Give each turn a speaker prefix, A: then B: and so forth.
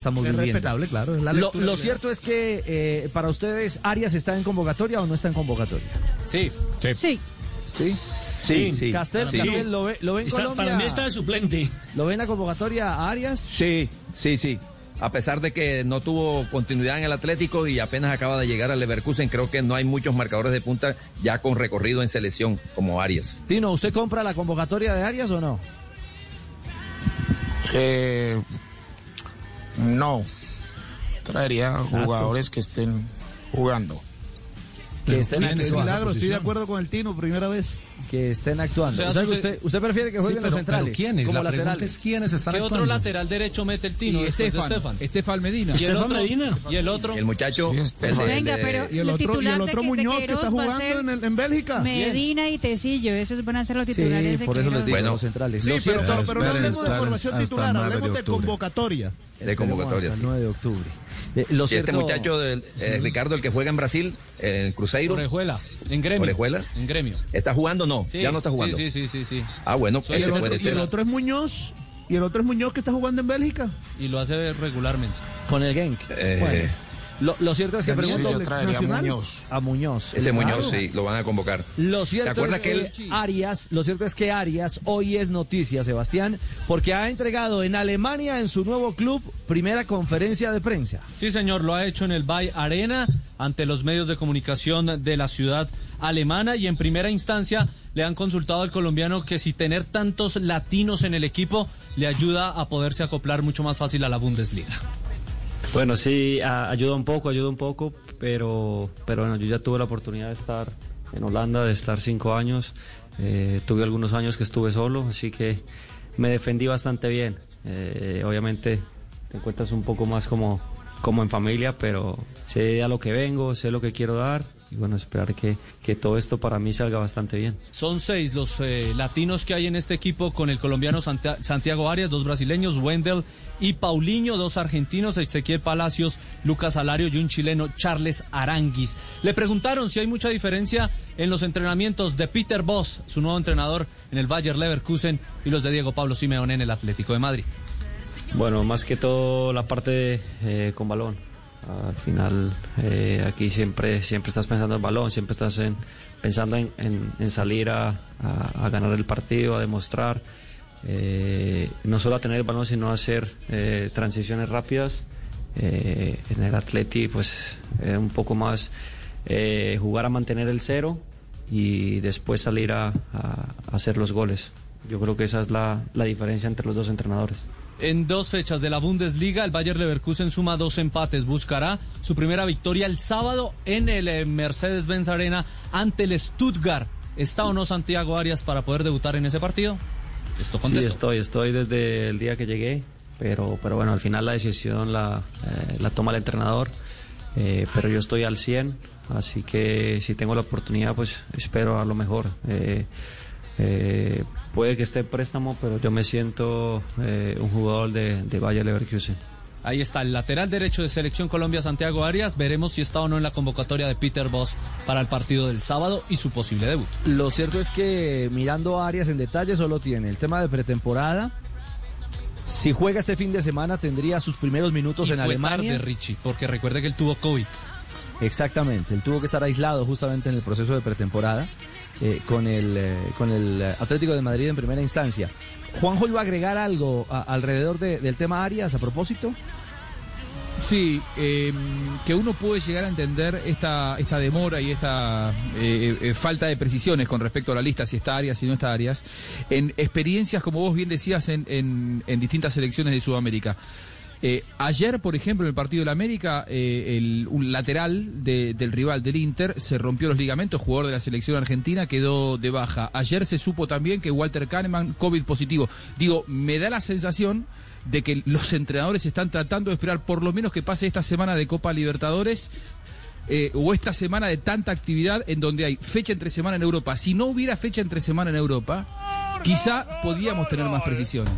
A: estamos
B: Es
A: viviendo.
B: respetable, claro. Es la
A: Lo,
B: lectura
A: lo
B: que le
A: cierto es que eh, para ustedes, ¿Arias está en convocatoria o no está en convocatoria?
C: Sí.
D: Sí,
E: Sí, sí.
A: Castel,
E: Sí.
A: Castel, ¿lo ve, lo ve en
C: Está-
A: Colombia?
C: para mí está de suplente.
A: ¿Lo ve en la convocatoria a Arias?
E: Sí, sí, sí. A pesar de que no tuvo continuidad en el Atlético y apenas acaba de llegar al Leverkusen, creo que no hay muchos marcadores de punta ya con recorrido en selección como Arias.
A: Tino, ¿usted compra la convocatoria de Arias o no?
F: Eh, no. Traería jugadores que estén jugando.
A: Que estén,
B: Qué
A: actuando,
B: milagro, estoy de acuerdo con el Tino, primera vez.
A: que estén actuando. O sea, que usted, usted prefiere que jueguen los centrales como laterales.
G: quiénes están
H: ¿Qué otro lateral derecho mete el Tino
I: y
H: después de
I: Estefan, Estefan.
H: Estefan?
I: Medina.
H: ¿Y el
C: Estefan
H: otro?
C: Medina.
H: ¿Y el otro?
E: El muchacho.
F: Sí, este-
E: el de-
D: venga,
E: de-
D: pero
B: Y el
D: los
B: otro, y
D: titulares
B: el
D: de
B: otro
D: de
B: Muñoz que está
D: Queiroz va a
B: jugando
D: ser
B: en, el- en Bélgica.
D: Medina y Tecillo, esos van a ser los
A: Sí,
D: titulares de
A: por eso les digo,
D: Queiroz.
E: Bueno.
A: los centrales.
B: Sí,
A: Lo
B: pero,
A: cierto-
B: pero no
G: esperen,
B: hablemos de
G: esperen
B: formación
G: hasta el
B: titular,
G: 9 de
B: hablemos de
G: octubre.
B: convocatoria.
E: de convocatoria.
A: Hasta el
E: sí.
A: 9 de octubre. Eh, lo
E: Y este
A: cierto-
E: muchacho, del, eh, Ricardo, el que juega en Brasil, el Cruzeiro,
H: Orejuela. En gremio.
E: Orejuela.
H: En gremio.
E: ¿está jugando o no?
H: Sí,
E: ya no está jugando.
H: Sí, sí, sí, sí, sí.
E: Ah, bueno,
H: Sí,
B: Y el,
E: ese
B: otro,
E: puede
B: y el
E: ser.
B: otro es Muñoz. Y el otro es Muñoz que está jugando en Bélgica.
H: Y lo hace regularmente.
A: Con el Genk.
E: Eh.
A: Bueno, lo, lo cierto es que
F: Sí,
A: pregunto
F: yo traería a
B: nacional.
F: Muñoz.
A: a Muñoz.
E: Ese
A: el-
E: Muñoz, sí, lo van a convocar.
A: Lo
E: ¿Te
A: cierto
E: acuerdas
A: es
E: que
A: que
E: él-
A: Arias, lo cierto es que Arias hoy es noticia, Sebastián, porque ha entregado en Alemania en su nuevo club primera conferencia de prensa.
H: Sí, señor, lo ha hecho en el Bay Arena ante los medios de comunicación de la ciudad alemana y en primera instancia le han consultado al colombiano que si tener tantos latinos en el equipo le ayuda a poderse acoplar mucho más fácil a la Bundesliga.
J: Bueno, sí, a- ayuda un poco, ayuda un poco, pero, pero bueno, yo ya tuve la oportunidad de estar en Holanda, de estar cinco años. Eh, tuve algunos años que estuve solo, así que me defendí bastante bien. Eh, obviamente te encuentras un poco más como, como en familia, pero sé a lo que vengo, sé lo que quiero dar y bueno, esperar que, que todo esto para mí salga bastante bien.
H: Son seis los eh, latinos que hay en este equipo con el colombiano Santa- Santiago Arias, dos brasileños, Wendell y Paulinho, dos argentinos, Ezequiel Palacios, Lucas Alario y un chileno, Charles Aranguis. Le preguntaron si hay mucha diferencia en los entrenamientos de Peter Boss, su nuevo entrenador en el Bayer Leverkusen, y los de Diego Pablo Simeone en el Atlético de Madrid.
J: Bueno, más que todo la parte eh, con balón. Al final eh, aquí siempre, siempre estás pensando en balón, siempre estás en- pensando en, en- en salir a, a- a ganar el partido, a demostrar, eh, no solo a tener el balón, sino a hacer eh, transiciones rápidas. Eh, en el Atleti pues es un poco más eh, jugar a mantener el cero y después salir a, a- a hacer los goles. Yo creo que esa es la- la diferencia entre los dos entrenadores.
H: En dos fechas de la Bundesliga, el Bayer Leverkusen suma dos empates. Buscará su primera victoria el sábado en el eh, Mercedes-Benz Arena ante el Stuttgart. ¿Está o no Santiago Arias para poder debutar en ese partido? Esto
J: Sí,
H: contesto.
J: estoy, estoy desde el día que llegué, pero, pero bueno, al final la decisión la, eh, la toma el entrenador, eh, pero yo estoy al 100, así que si tengo la oportunidad, pues espero a lo mejor. Eh, eh, puede que esté en préstamo, pero yo me siento eh, un jugador de, de Bayer Leverkusen.
H: Ahí está el lateral derecho de Selección Colombia, Santiago Arias. Veremos si está o no en la convocatoria de Peter Boss para el partido del sábado y su posible debut.
A: Lo cierto es que mirando a Arias en detalle solo tiene el tema de pretemporada. Si juega este fin de semana tendría sus primeros minutos
H: Y
A: en
H: fue
A: Alemania.
H: tarde, Richie, porque recuerde que él tuvo COVID.
A: Exactamente, él tuvo que estar aislado justamente en el proceso de pretemporada eh, con, el, eh, con el eh, Atlético de Madrid en primera instancia. Juanjo iba a agregar algo a- alrededor de- del tema Arias a propósito.
I: Sí, eh, que uno puede llegar a entender esta, esta demora y esta eh, eh, falta de precisiones con respecto a la lista, si está Arias, si no está Arias, en experiencias, como vos bien decías, en, en- en distintas selecciones de Sudamérica. Eh, ayer, por ejemplo, en el partido de la América, eh, el- un lateral de- del rival del Inter se rompió los ligamentos, jugador de la selección argentina, quedó de baja. Ayer se supo también que Walter Kahneman, COVID positivo. Digo, me da la sensación de que los entrenadores están tratando de esperar por lo menos que pase esta semana de Copa Libertadores eh, o esta semana de tanta actividad en donde hay fecha entre semana en Europa. Si no hubiera fecha entre semana en Europa, quizá podíamos tener más precisiones.